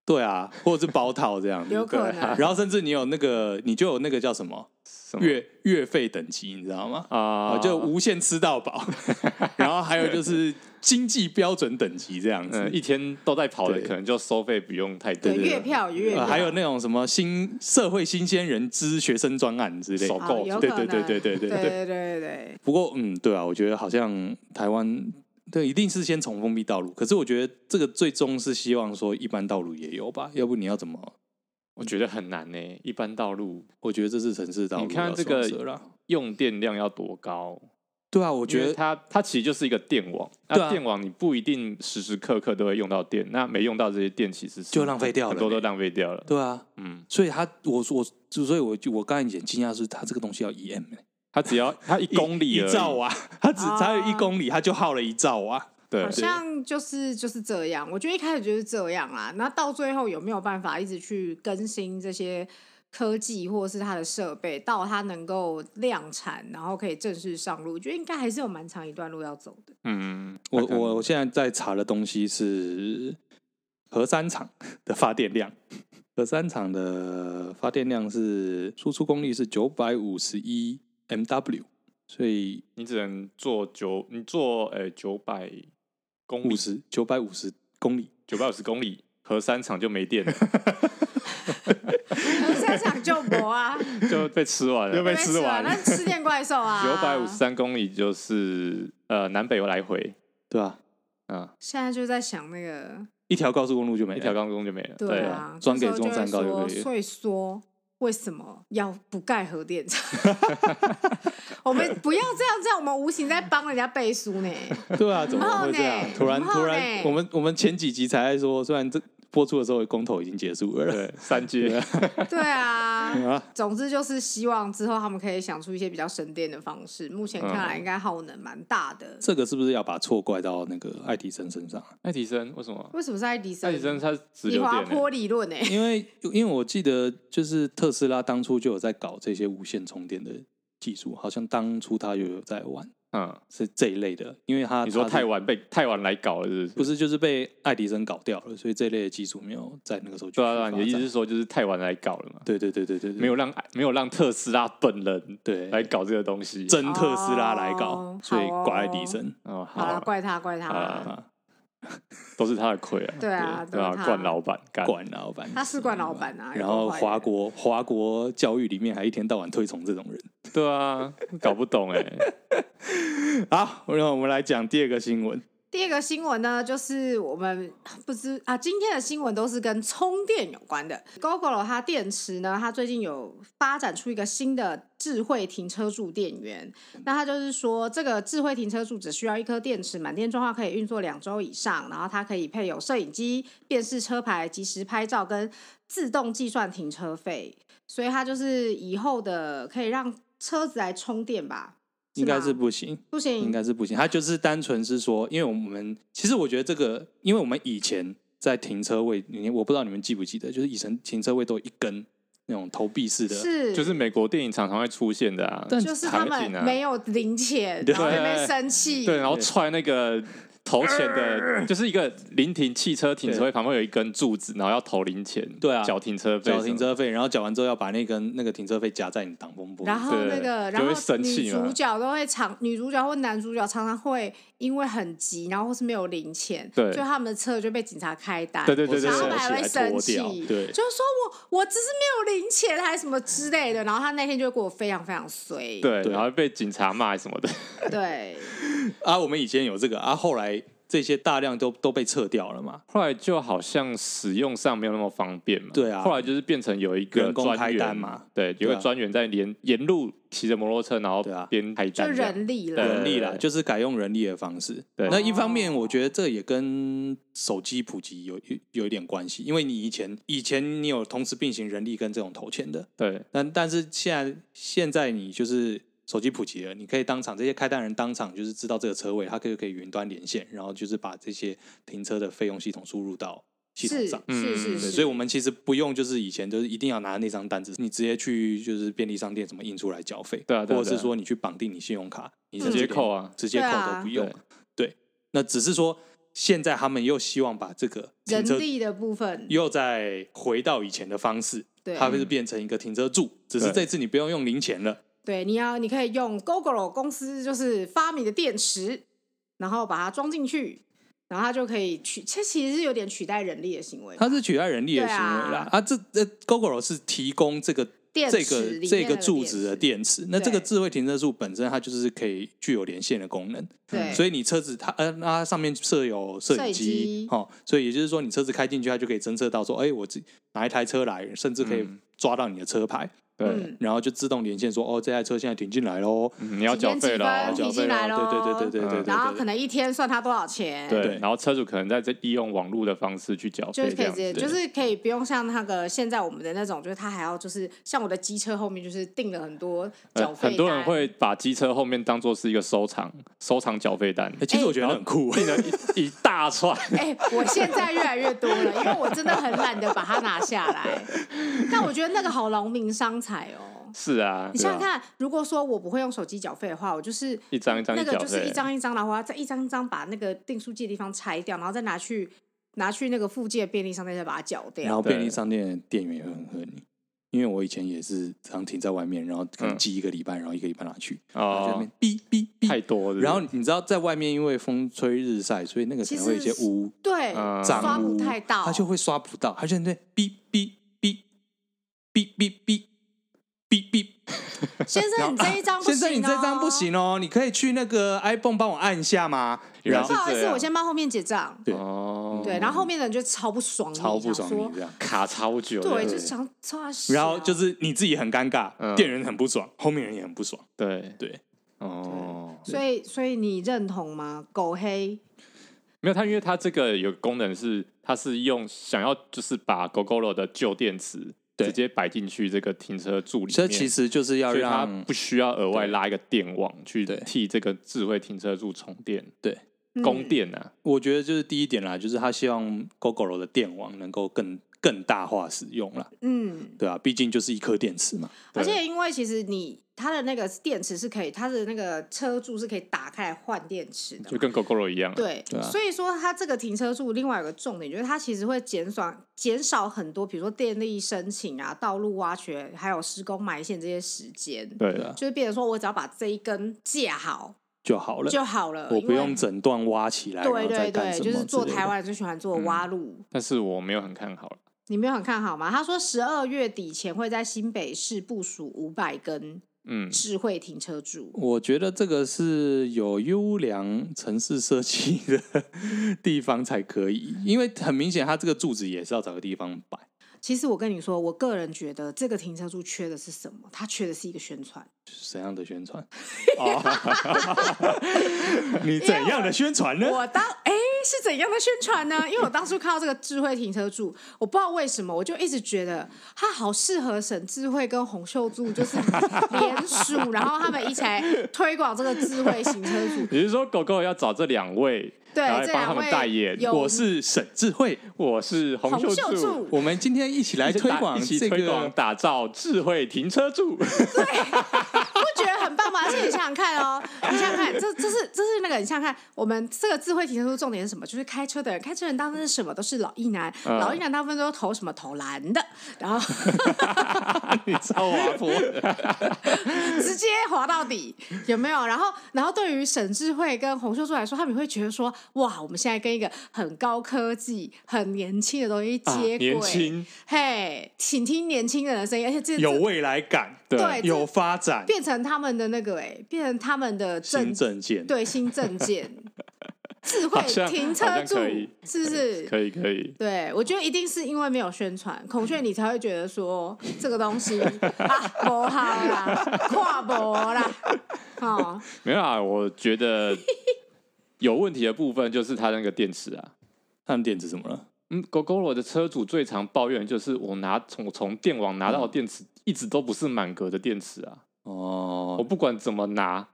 [SPEAKER 1] 对啊，或者是包套这样子。啊
[SPEAKER 3] 有可能
[SPEAKER 1] 然后甚至你有那个，你就有那个叫什么
[SPEAKER 2] 什么
[SPEAKER 1] 月月费等级，你知道吗？
[SPEAKER 2] 啊
[SPEAKER 3] 哦
[SPEAKER 1] 啊，就无限吃到 饱。然后还有就是经济标准等级这样子
[SPEAKER 2] 嗯，一天都在跑的，
[SPEAKER 1] 对
[SPEAKER 2] 可能就收费不用太多
[SPEAKER 3] 对。月票月
[SPEAKER 1] 呃
[SPEAKER 3] 票，
[SPEAKER 1] 还有那种什么新社会新鲜人之学生专案之类的
[SPEAKER 2] 首。
[SPEAKER 3] 啊
[SPEAKER 2] 购
[SPEAKER 3] 有
[SPEAKER 1] 对
[SPEAKER 3] 可
[SPEAKER 1] 对
[SPEAKER 3] 能
[SPEAKER 1] 对对对对
[SPEAKER 3] 对
[SPEAKER 1] 对。
[SPEAKER 3] 对对对，
[SPEAKER 1] 不过，嗯，对啊，我觉得好像台湾对一定是先从封闭道路，可是我觉得这个最终是希望说一般道路也有吧，要不你要怎么？
[SPEAKER 2] 我觉得很难呢、一般道路
[SPEAKER 1] 我觉得这是城市道路
[SPEAKER 2] 你看
[SPEAKER 1] 要
[SPEAKER 2] 这个
[SPEAKER 1] 双色啦
[SPEAKER 2] 用电量要多高？
[SPEAKER 1] 对啊，我
[SPEAKER 2] 我觉
[SPEAKER 1] 觉
[SPEAKER 2] 得
[SPEAKER 1] 得
[SPEAKER 2] 它它其实就是一个电网，
[SPEAKER 1] 对
[SPEAKER 2] 那
[SPEAKER 1] 啊
[SPEAKER 2] 电网你不一定时时刻刻都会用到电，那没用到这些电其实是
[SPEAKER 1] 就浪费掉了
[SPEAKER 2] 很多都浪费掉了。
[SPEAKER 1] 对啊，
[SPEAKER 2] 嗯，
[SPEAKER 1] 所以他我我就所以我就我刚才也惊讶是，他这个东西要 EM 欸、
[SPEAKER 2] 它只要它一公里
[SPEAKER 1] 一
[SPEAKER 2] 而已
[SPEAKER 1] 兆啊瓦，他只
[SPEAKER 3] 哦
[SPEAKER 1] 差有一公里，他就耗了一兆啊瓦。
[SPEAKER 2] 对
[SPEAKER 3] 好，像就是就是这样。我觉得一开始就是这样啦，那到最后有没有办法一直去更新这些科技或是它的设备，到它能够量产，然后可以正式上路？我觉得应该还是有蛮长一段路要走的。
[SPEAKER 2] 嗯，
[SPEAKER 1] 我
[SPEAKER 2] 它可能
[SPEAKER 1] 我我现在在查的东西是核三厂的发电量，核三厂的发电量是输出功率是九百五十一 MW，所以
[SPEAKER 2] 你只能做九，你做呃九百公里
[SPEAKER 1] 五十九百五十公里。
[SPEAKER 2] 九百五十公里，核三厂就没 电了，
[SPEAKER 3] 三场救 魔啊，
[SPEAKER 2] 就被吃完了，
[SPEAKER 1] 就被吃完
[SPEAKER 3] 那吃电怪兽 啊，
[SPEAKER 2] 九百五十。三公里就是呃南北来回
[SPEAKER 1] 对啊，
[SPEAKER 2] 啊，
[SPEAKER 3] 现在就在想那个，
[SPEAKER 1] 一条高速公路就没了
[SPEAKER 2] 一条高速公路就没了。
[SPEAKER 3] 对
[SPEAKER 2] 啊，
[SPEAKER 3] 啊，
[SPEAKER 1] 转给
[SPEAKER 3] 那时候
[SPEAKER 1] 中山高
[SPEAKER 3] 就
[SPEAKER 1] 就
[SPEAKER 3] 会
[SPEAKER 1] 可以
[SPEAKER 3] 说所以说，为什么要不盖核 电厂？ 我们不要这样，这样我们无形在帮人家背书呢。
[SPEAKER 1] 对啊，怎么
[SPEAKER 3] 然后
[SPEAKER 1] 会这样
[SPEAKER 3] 呢？
[SPEAKER 1] 突然
[SPEAKER 3] 然后
[SPEAKER 1] 突然，
[SPEAKER 3] 呢
[SPEAKER 1] 我们我们前几集才在说，虽然这播出的时候公投已经结束了，
[SPEAKER 2] 对，三阶
[SPEAKER 3] 对啊，
[SPEAKER 1] 啊，
[SPEAKER 3] 总之就是希望之后他们可以想出一些比较省电的方式。目前看来，应该耗能蛮大的。
[SPEAKER 1] 这个是不是要把错怪到那个爱迪生身上？
[SPEAKER 2] 爱迪生为什么？
[SPEAKER 3] 为什么是爱迪
[SPEAKER 2] 爱迪生
[SPEAKER 3] 生？
[SPEAKER 2] 他是直
[SPEAKER 3] 你
[SPEAKER 2] 流
[SPEAKER 3] 滑
[SPEAKER 2] 电欸，
[SPEAKER 3] 坡理论呢？
[SPEAKER 1] 因为因为我记得就是特斯拉当初就有在搞这些无线充电的技术，好像当初他就有在玩
[SPEAKER 2] 嗯，
[SPEAKER 1] 是这一类的，因为他
[SPEAKER 2] 你说
[SPEAKER 1] 他
[SPEAKER 2] 太晚被太晚来搞了，是不
[SPEAKER 1] 不
[SPEAKER 2] 是？
[SPEAKER 1] 是就是被爱迪生搞掉了，所以这一类的技术没有在那个时候就
[SPEAKER 2] 对啊，对啊
[SPEAKER 1] 去
[SPEAKER 2] 你的意思是
[SPEAKER 1] 发展
[SPEAKER 2] 说就是太晚来搞了嘛？
[SPEAKER 1] 对对对对对对，
[SPEAKER 2] 没有让没有让特斯拉本人
[SPEAKER 1] 对
[SPEAKER 2] 来搞这个东西。啊
[SPEAKER 1] 真特斯拉来搞，
[SPEAKER 3] 哦
[SPEAKER 1] 所以
[SPEAKER 3] 好哦
[SPEAKER 1] 怪爱迪生
[SPEAKER 2] 哦，好
[SPEAKER 3] 好啦，
[SPEAKER 2] 啊，
[SPEAKER 3] 怪他，怪他
[SPEAKER 2] 好啦
[SPEAKER 3] 啦。
[SPEAKER 2] 好啦都是他的亏啊。
[SPEAKER 3] 对啊，
[SPEAKER 2] 对啊
[SPEAKER 3] 都是，他
[SPEAKER 2] 冠老板干
[SPEAKER 1] 管啊老板，
[SPEAKER 3] 他是冠老板啊
[SPEAKER 1] 然
[SPEAKER 3] 有
[SPEAKER 1] 后
[SPEAKER 3] 够坏的
[SPEAKER 1] 华国华国教育里面还一天到晚推崇这种人。
[SPEAKER 2] 对啊，搞不懂哎、
[SPEAKER 1] 好，那我们来讲第二个新闻。
[SPEAKER 3] 第二个新闻呢，就是我们不知啊，今天的新闻都是跟充电有关的。Gogoro 它电池呢，它最近有发展出一个新的智慧停车柱电源。那它就是说，这个智慧停车柱只需要一颗电池，满电状况可以运作两周以上，然后它可以配有摄影机、辨识车牌、及时拍照跟自动计算停车费。所以它就是以后的可以让车子来充电吧？
[SPEAKER 1] 应该
[SPEAKER 3] 吗
[SPEAKER 1] 是不行，
[SPEAKER 3] 不行，
[SPEAKER 1] 应该是不行。他就是单纯是说，因为我们其实我觉得这个，因为我们以前在停车位，你我不知道你们记不记得，就是以前停车位都有一根那种投币式的，
[SPEAKER 3] 是
[SPEAKER 2] 就是美国电影常常会出现的啊，
[SPEAKER 1] 但
[SPEAKER 3] 就是他
[SPEAKER 2] 场景
[SPEAKER 3] 们
[SPEAKER 2] 啊
[SPEAKER 3] 没有零钱，
[SPEAKER 1] 对
[SPEAKER 3] 然后在那边生气。
[SPEAKER 2] 对，然后踹那个投钱的，就是一个临停汽车停车位旁边有一根柱子，然后要投零钱，
[SPEAKER 1] 对啊
[SPEAKER 2] 缴停车费，
[SPEAKER 1] 缴停，车费，然后缴完之后要把那根那个停车费夹在你挡风玻璃
[SPEAKER 3] 然
[SPEAKER 1] 上。
[SPEAKER 3] 后那个，
[SPEAKER 2] 对
[SPEAKER 3] 然
[SPEAKER 2] 就
[SPEAKER 3] 后
[SPEAKER 2] 会生
[SPEAKER 3] 女
[SPEAKER 2] 气嘛
[SPEAKER 3] 主角都会常，女主角或男主角常常会因为很急，然后或是没有零钱，
[SPEAKER 2] 对
[SPEAKER 3] 就他们的车就被警察开单，
[SPEAKER 2] 对对对对
[SPEAKER 3] 然后
[SPEAKER 2] 对
[SPEAKER 3] 他还会生气，
[SPEAKER 1] 对
[SPEAKER 3] 就是说我我只是没有零钱还是什么之类的，然后他那天就会给我非常非常衰，
[SPEAKER 2] 对，
[SPEAKER 1] 对
[SPEAKER 2] 然后被警察骂什么的，
[SPEAKER 3] 对
[SPEAKER 1] 啊，我们以前有这个啊，后来这些大量都都被撤掉了嘛。
[SPEAKER 2] 后来就好像使用上没有那么方便嘛，
[SPEAKER 1] 对啊
[SPEAKER 2] 后来就是变成有一个
[SPEAKER 1] 员工
[SPEAKER 2] 专
[SPEAKER 1] 开
[SPEAKER 2] 员
[SPEAKER 1] 单嘛，
[SPEAKER 2] 对，
[SPEAKER 1] 对
[SPEAKER 2] 有个
[SPEAKER 1] 啊
[SPEAKER 2] 专员在沿沿路骑着摩托车，然后
[SPEAKER 1] 对啊
[SPEAKER 2] 边开
[SPEAKER 3] 就
[SPEAKER 2] 单这样，
[SPEAKER 3] 人力
[SPEAKER 2] 对
[SPEAKER 3] 了，
[SPEAKER 1] 人力啦，就是改用人力的方式。
[SPEAKER 2] 对
[SPEAKER 1] 那一方面，
[SPEAKER 3] 哦
[SPEAKER 1] 我觉得这也跟手机普及有有有一点关系，因为你以前以前你有同时并行人力跟这种投钱的，
[SPEAKER 2] 对
[SPEAKER 1] 但但是现在现在你就是手机普及了，你可以当场这些开单人当场就是知道这个车位，他可以可以云端连线，然后就是把这些停车的费用系统输入到系统
[SPEAKER 3] 是
[SPEAKER 1] 上。
[SPEAKER 3] 是是
[SPEAKER 2] 嗯
[SPEAKER 1] 对，
[SPEAKER 3] 是，
[SPEAKER 1] 所以我们其实不用，就是以前就是一定要拿那张单子，你直接去就是便利商店什么印出来缴费，
[SPEAKER 2] 对啊对啊
[SPEAKER 1] 或者
[SPEAKER 2] 对
[SPEAKER 1] 是
[SPEAKER 2] 啊
[SPEAKER 1] 说你去绑定你信用卡，你
[SPEAKER 2] 直
[SPEAKER 1] 甚至
[SPEAKER 2] 接
[SPEAKER 1] 连
[SPEAKER 2] 扣啊
[SPEAKER 1] 直接扣
[SPEAKER 3] 嗯对啊
[SPEAKER 1] 都不用
[SPEAKER 2] 对。
[SPEAKER 1] 对，那只是说现在他们又希望把这个停
[SPEAKER 3] 人
[SPEAKER 1] 车
[SPEAKER 3] 力的部分，
[SPEAKER 1] 又再回到以前的方式，
[SPEAKER 3] 对
[SPEAKER 1] 它会是变成一个停车柱，只是
[SPEAKER 2] 对
[SPEAKER 1] 这次你不用用零钱了。
[SPEAKER 3] 对，你要你可以用 Gogoro 公司就是发明的电池，然后把它装进去，然后它就可以取，这其实是有点取代人力的行为吧。嗯
[SPEAKER 1] 它是取代人力的行为啦。啊，这这 GoGo 是提供这个
[SPEAKER 3] 电
[SPEAKER 1] 这
[SPEAKER 3] 池
[SPEAKER 1] 个
[SPEAKER 3] 里面
[SPEAKER 1] 这个
[SPEAKER 3] 的
[SPEAKER 1] 柱子的电池，那这个
[SPEAKER 3] 对
[SPEAKER 1] 智慧停车柱本身它就是可以具有连线的功能，
[SPEAKER 3] 对
[SPEAKER 1] 所以你车子它呃，那它上面设有摄
[SPEAKER 3] 摄
[SPEAKER 1] 影
[SPEAKER 3] 影
[SPEAKER 1] 机
[SPEAKER 3] 机，
[SPEAKER 1] 哦，所以也就是说你车子开进去，它就可以侦测到说，哎，我这哪一台车来，甚至可以
[SPEAKER 2] 嗯
[SPEAKER 1] 抓到你的车牌，
[SPEAKER 2] 对，
[SPEAKER 3] 嗯，
[SPEAKER 1] 然后就自动连线说，哦，这台车现在停进来喽，
[SPEAKER 2] 嗯你要
[SPEAKER 3] 几
[SPEAKER 2] 缴
[SPEAKER 3] 点几
[SPEAKER 2] 费了
[SPEAKER 1] 要
[SPEAKER 2] 哦，
[SPEAKER 3] 分
[SPEAKER 1] 缴
[SPEAKER 3] 停
[SPEAKER 1] 费
[SPEAKER 3] 进来
[SPEAKER 1] 喽，
[SPEAKER 3] 咯
[SPEAKER 1] 对对对对对对
[SPEAKER 2] 嗯
[SPEAKER 1] 对，
[SPEAKER 3] 然后可能一天算它多少钱，
[SPEAKER 1] 对
[SPEAKER 2] 对，然后车主可能在这利用网络的方式去缴
[SPEAKER 3] 就是
[SPEAKER 2] 费，这
[SPEAKER 3] 可以
[SPEAKER 2] 样
[SPEAKER 3] 直接，
[SPEAKER 2] 子，
[SPEAKER 3] 就是可以不用像那个现在我们的那种，就是它还要就是像我的机车后面就是订了很多
[SPEAKER 2] 呃
[SPEAKER 3] 缴费、
[SPEAKER 2] 很多人，会把机车后面当做是一个收藏收藏缴费 单，
[SPEAKER 1] 哎其实我觉得很酷，
[SPEAKER 2] 订了一一大串，
[SPEAKER 3] 哎、我现在越来越多了，因为我真的很懒得把它拿下 来。但我觉得那个好劳民伤财哦。
[SPEAKER 2] 是啊，
[SPEAKER 3] 你想想看，如果说我不会用手机缴费的话，我就是
[SPEAKER 2] 一张一张
[SPEAKER 3] 那
[SPEAKER 2] 去
[SPEAKER 3] 个
[SPEAKER 2] 缴
[SPEAKER 3] 就是一
[SPEAKER 2] 费，
[SPEAKER 3] 张一张，然后我要再一张一张把那个订书机的地方拆掉，然后再拿去拿去那个附近的便利商店再把它缴
[SPEAKER 1] 然
[SPEAKER 3] 掉。
[SPEAKER 1] 后便利
[SPEAKER 2] 对
[SPEAKER 1] 商店的店员也会很恨你，因为我以前也是常停在外面，然后可能
[SPEAKER 2] 嗯
[SPEAKER 1] 寄一个礼拜，然后一个礼拜拿去，然后就在那
[SPEAKER 2] 哦
[SPEAKER 1] 边，哔哔
[SPEAKER 2] 太
[SPEAKER 1] 哔。
[SPEAKER 2] 多了，
[SPEAKER 1] 然后你知道，在外面因为风吹日晒，所以那个可能会有一些
[SPEAKER 3] 其实
[SPEAKER 1] 污
[SPEAKER 3] 对，
[SPEAKER 2] 嗯
[SPEAKER 3] 刷
[SPEAKER 1] 脏
[SPEAKER 3] 不
[SPEAKER 1] 污，
[SPEAKER 3] 太到，
[SPEAKER 1] 它就会刷不到，它就在那边哔哔哔哔哔哔哔哔。啊
[SPEAKER 3] 先 生，你这一张不行、
[SPEAKER 1] 先
[SPEAKER 3] 哦，
[SPEAKER 1] 生，你这张不。行哦，你可以去那个 iPhone 帮我按一下吗？
[SPEAKER 2] 原
[SPEAKER 1] 然
[SPEAKER 2] 来
[SPEAKER 3] 不
[SPEAKER 1] 后
[SPEAKER 2] 是
[SPEAKER 3] 好意
[SPEAKER 2] 这
[SPEAKER 3] 思，
[SPEAKER 2] 样
[SPEAKER 3] 我先帮后面结账。
[SPEAKER 1] 对
[SPEAKER 2] 哦，
[SPEAKER 3] 对，然后后面的人就超不爽你，
[SPEAKER 1] 超不爽
[SPEAKER 3] 想说
[SPEAKER 1] 你这样。
[SPEAKER 2] 卡超久的，
[SPEAKER 3] 对，就想超小。
[SPEAKER 1] 然后就是啊你自己很尴尬，
[SPEAKER 2] 嗯
[SPEAKER 1] 店员很不爽，后面人也很不爽。
[SPEAKER 2] 对
[SPEAKER 1] 对，
[SPEAKER 2] 哦，
[SPEAKER 3] 所以，所以你认同吗？狗黑
[SPEAKER 2] 没有它，因为它这个有个功能是，它是用想要就是把 GoGoRo 的旧电池
[SPEAKER 1] 对
[SPEAKER 2] 直接摆进去这个停车柱里面，
[SPEAKER 1] 这其实就是要
[SPEAKER 2] 所以它
[SPEAKER 1] 让
[SPEAKER 2] 不需要额外拉一个电网去
[SPEAKER 1] 对
[SPEAKER 2] 替这个智慧停车柱充电、
[SPEAKER 1] 对，
[SPEAKER 3] 嗯
[SPEAKER 2] 供，电啊。
[SPEAKER 1] 我觉得就是第一点啦，就是他希望 GoGo 的电网能够更更大化使用啦，
[SPEAKER 3] 嗯，嗯
[SPEAKER 1] 对啊，毕竟就是一颗电池嘛，
[SPEAKER 3] 而
[SPEAKER 2] 对
[SPEAKER 3] 且因为其实你它的那个电池是可以，它的那个车柱是可以打开来换电池的
[SPEAKER 2] 就
[SPEAKER 3] 嘛。
[SPEAKER 2] 跟 GoGoRo 一样、啊。
[SPEAKER 3] 对，
[SPEAKER 1] 对啊
[SPEAKER 3] 所以说它这个停车柱另外有个重点，就是它其实会减少减少很多，比如说电力申请啊、道路挖掘、还有施工埋线这些时间，
[SPEAKER 2] 对
[SPEAKER 1] 对啊
[SPEAKER 3] 就是变成说我只要把这一根架好
[SPEAKER 1] 就好了。
[SPEAKER 3] 就好了，
[SPEAKER 1] 我
[SPEAKER 3] 因
[SPEAKER 1] 不
[SPEAKER 3] 为
[SPEAKER 1] 用整段挖起来，然
[SPEAKER 3] 对
[SPEAKER 1] 后再
[SPEAKER 3] 对
[SPEAKER 1] 干
[SPEAKER 3] 对，
[SPEAKER 1] 什么
[SPEAKER 3] 就是做
[SPEAKER 1] 之类的嗯
[SPEAKER 3] 台湾人最喜欢做的挖路。
[SPEAKER 2] 但是我没有很看好了。
[SPEAKER 3] 你没有很看好吗？他说十二月底前会在新北市部署五百根
[SPEAKER 2] 嗯，
[SPEAKER 3] 智慧停车柱。
[SPEAKER 1] 我觉得这个是有优良城市设计的地方才可以，因为很明显，它这个柱子也是要找个地方摆。
[SPEAKER 3] 其实我跟你说，我个人觉得这个停车柱缺的是什么？它缺的是一个宣传。
[SPEAKER 1] 怎样的宣传？哦你怎样的宣传呢？
[SPEAKER 3] 我当哎是怎样的宣传呢？因为我当初看到这个智慧停车柱，我不知道为什么，我就一直觉得它好适合沈智慧跟洪秀柱，就是联署，然后他们一起来推广这个智慧行车柱。
[SPEAKER 2] 你是说 GoGo 要找这两位，
[SPEAKER 3] 对
[SPEAKER 2] 然后来
[SPEAKER 3] 这
[SPEAKER 2] 帮
[SPEAKER 3] 两
[SPEAKER 2] 他们
[SPEAKER 3] 位
[SPEAKER 2] 代言？
[SPEAKER 3] 有
[SPEAKER 1] 我是沈智慧，
[SPEAKER 2] 我是洪
[SPEAKER 3] 洪
[SPEAKER 2] 秀
[SPEAKER 3] 秀
[SPEAKER 2] 柱。
[SPEAKER 3] 柱，
[SPEAKER 1] 我们今天一起来推广
[SPEAKER 2] 一起
[SPEAKER 1] 这
[SPEAKER 2] 推广
[SPEAKER 1] 个
[SPEAKER 2] 打造智慧停车柱，
[SPEAKER 3] 不觉得很棒嘛！而且你想想看哦，你想想看，这这是这是那个，你想想看，我们这个智慧停车出重点是什么？就是开车的人，开车人大部分是什么？都是老一男，
[SPEAKER 2] 嗯
[SPEAKER 3] 老一男大部分都投什么投蓝的，然后
[SPEAKER 2] 你超滑坡，
[SPEAKER 3] 直接滑到底，有没有？然后，然后对于沈智慧跟洪秀柱来说，他们也会觉得说，哇，我们现在跟一个很高科技、很年轻的东西
[SPEAKER 2] 啊
[SPEAKER 3] 接轨，
[SPEAKER 2] 年轻，
[SPEAKER 3] 嘿，请听年轻人的声音，而且 这
[SPEAKER 1] 有
[SPEAKER 3] 这
[SPEAKER 1] 未来感，
[SPEAKER 2] 对
[SPEAKER 3] 对这
[SPEAKER 1] 有发展，
[SPEAKER 3] 变成他们的那个、哎，变成他们的
[SPEAKER 1] 新
[SPEAKER 3] 政
[SPEAKER 1] 证件，
[SPEAKER 3] 对新证件， 智慧
[SPEAKER 2] 好像
[SPEAKER 3] 停
[SPEAKER 2] 好
[SPEAKER 3] 车
[SPEAKER 2] 像
[SPEAKER 3] 柱
[SPEAKER 2] 可以，
[SPEAKER 3] 是不是？
[SPEAKER 2] 可以可以，
[SPEAKER 3] 对，我觉
[SPEAKER 2] 哦
[SPEAKER 3] 得一定是因为没有宣传，孔雀
[SPEAKER 2] 嗯
[SPEAKER 3] 你才会觉得说这个东 西啊，不好啦，跨博啦， 哦，
[SPEAKER 2] 没有啊，我觉得有问题的部分就是它那个电池啊。
[SPEAKER 1] 他们电池怎么了？
[SPEAKER 2] 嗯，GoGoRo 的车主最常抱怨的就是我拿从从电网拿到的电池、一直都不是满格的电池啊，我
[SPEAKER 1] 哦
[SPEAKER 2] 不管怎么拿，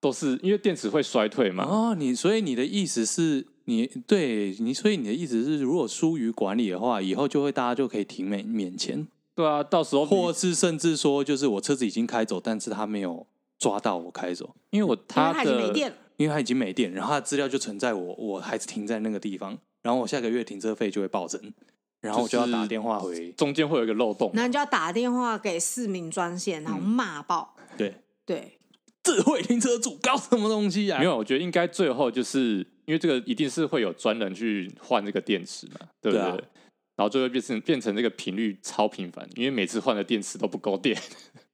[SPEAKER 2] 都是因为电池会衰退嘛。
[SPEAKER 1] 哦，你所以你的意思是你对你，所以你的意思是，如果疏于管理的话，以后就会大家就可以停免免钱，
[SPEAKER 2] 对啊，到时候
[SPEAKER 1] 或是甚至说，就是我车子已经开走，但是他没有抓到我开走，因为我
[SPEAKER 3] 因
[SPEAKER 1] 他
[SPEAKER 3] 为它已经没电了。
[SPEAKER 1] 因为它已经没电，然后它的资料就存在我，我还是停在那个地方，然后我下个月停车费就会暴增，然后我就要
[SPEAKER 2] 就是
[SPEAKER 1] 打电话回，
[SPEAKER 2] 中间会有一个漏洞。
[SPEAKER 3] 然后你就要打电话给市民专线，
[SPEAKER 2] 嗯
[SPEAKER 3] 然后骂爆。
[SPEAKER 1] 对，
[SPEAKER 3] 对，
[SPEAKER 1] 智慧停车主搞什么东 西呀、
[SPEAKER 2] 没有，我觉得应该最后就是因为这个一定是会有专人去换这个电池嘛，对不
[SPEAKER 1] 对
[SPEAKER 2] 对？
[SPEAKER 1] 啊
[SPEAKER 2] 然后就会变成变成这个频率超频繁，因为每次换的电池都不够电。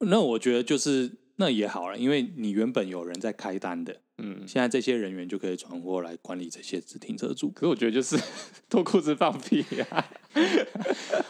[SPEAKER 1] 那我觉得就是那也好了，啊因为你原本有人在开单的，
[SPEAKER 2] 嗯，
[SPEAKER 1] 现在这些人员就可以转过来管理这些停车主。
[SPEAKER 2] 可是我觉得就是 脱裤子放屁啊。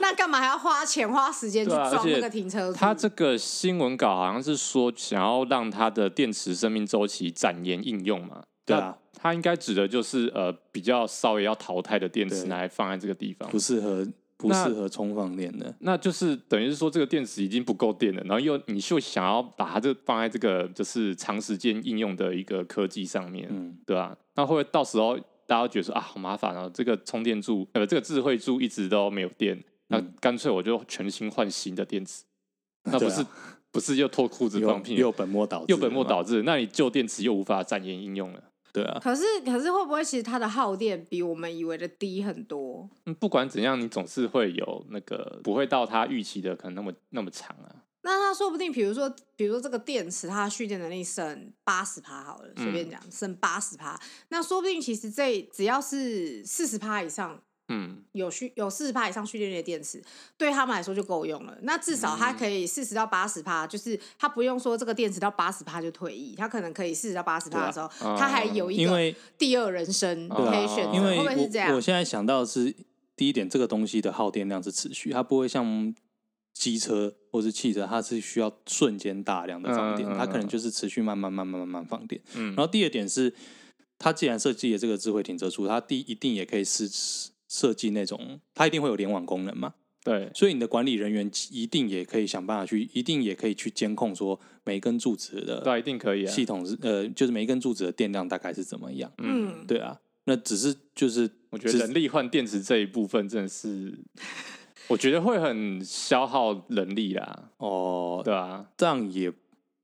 [SPEAKER 3] 那干嘛还要花钱花时间去
[SPEAKER 2] 对啊
[SPEAKER 3] 装
[SPEAKER 2] 而且
[SPEAKER 3] 那个停车柱？
[SPEAKER 2] 他这个新闻稿好像是说想要让它的电池生命周期展延应用嘛？
[SPEAKER 1] 对啊，
[SPEAKER 2] 它应该指的就是呃比较稍微要淘汰的电池
[SPEAKER 1] 对
[SPEAKER 2] 拿来放在这个地方
[SPEAKER 1] 不。适合不
[SPEAKER 2] 那
[SPEAKER 1] 适合充放电的，
[SPEAKER 2] 那就是等于是说这个电池已经不够电了，然后又你就想要把它这放在这个就是长时间应用的一个科技上面，
[SPEAKER 1] 嗯，
[SPEAKER 2] 对吧、啊那会不会到时候大家觉得说啊好麻烦哦，这个充电柱呃这个智慧柱一直都没有电，那
[SPEAKER 1] 嗯
[SPEAKER 2] 干脆我就全新换新的电 池，那不是、
[SPEAKER 1] 对啊
[SPEAKER 2] 不是又脱裤子放
[SPEAKER 1] 又
[SPEAKER 2] 屁
[SPEAKER 1] 又本末倒置
[SPEAKER 2] 又本末
[SPEAKER 1] 了嘛
[SPEAKER 2] 倒置，那你旧电池又无法展延应用了。
[SPEAKER 1] 对啊，
[SPEAKER 3] 可是可是会不会其实它的耗电比我们以为的低很多？
[SPEAKER 2] 嗯，不管怎样，你总是会有那个不会到它预期的可能那么那么长啊。
[SPEAKER 3] 那它说不定，比如说，比如说这个电池，它的蓄电能力剩八十趴好了，随
[SPEAKER 1] 嗯
[SPEAKER 3] 便讲，剩八十趴。那说不定其实这只要是四十趴以上，
[SPEAKER 2] 嗯，
[SPEAKER 3] 有蓄有四十帕以上蓄电力的电池，对他们来说就够用了。那至少它
[SPEAKER 1] 嗯
[SPEAKER 3] 可以四十到八十帕，就是它不用说这个电池到八十帕就退役，它可能可以四十到八十帕的时候，
[SPEAKER 2] 啊
[SPEAKER 3] 它还有一
[SPEAKER 1] 因
[SPEAKER 3] 个
[SPEAKER 1] 为
[SPEAKER 3] 第二人生
[SPEAKER 2] 对啊
[SPEAKER 3] 可以选择，
[SPEAKER 1] 哦因为
[SPEAKER 3] 会不会是这
[SPEAKER 1] 我我
[SPEAKER 3] 样？
[SPEAKER 1] 现在想到的是第一点，这个东西的耗电量是持续，它不会像机车或是汽车，它是需要瞬间大量的放电，
[SPEAKER 2] 嗯嗯嗯
[SPEAKER 1] 它可能就是持续慢慢慢慢慢慢放电。
[SPEAKER 2] 嗯
[SPEAKER 1] 然后第二点是，它既然设计了这个智慧停车处，它第一定也可以是设计那种，它一定会有联网功能嘛，
[SPEAKER 2] 对，
[SPEAKER 1] 所以你的管理人员一定也可以想办法去，一定也可以去监控说每一根柱子
[SPEAKER 2] 对啊，
[SPEAKER 1] 的
[SPEAKER 2] 一定可以啊。
[SPEAKER 1] 系统是呃，就是每一根柱子的电量大概是怎么样。
[SPEAKER 3] 嗯，
[SPEAKER 1] 对啊，那只是就是
[SPEAKER 2] 我觉
[SPEAKER 1] 只
[SPEAKER 2] 得人力换电池这一部分真 的是，我觉得会很消耗人力啦，
[SPEAKER 1] 哦，
[SPEAKER 2] 对啊，
[SPEAKER 1] 这样也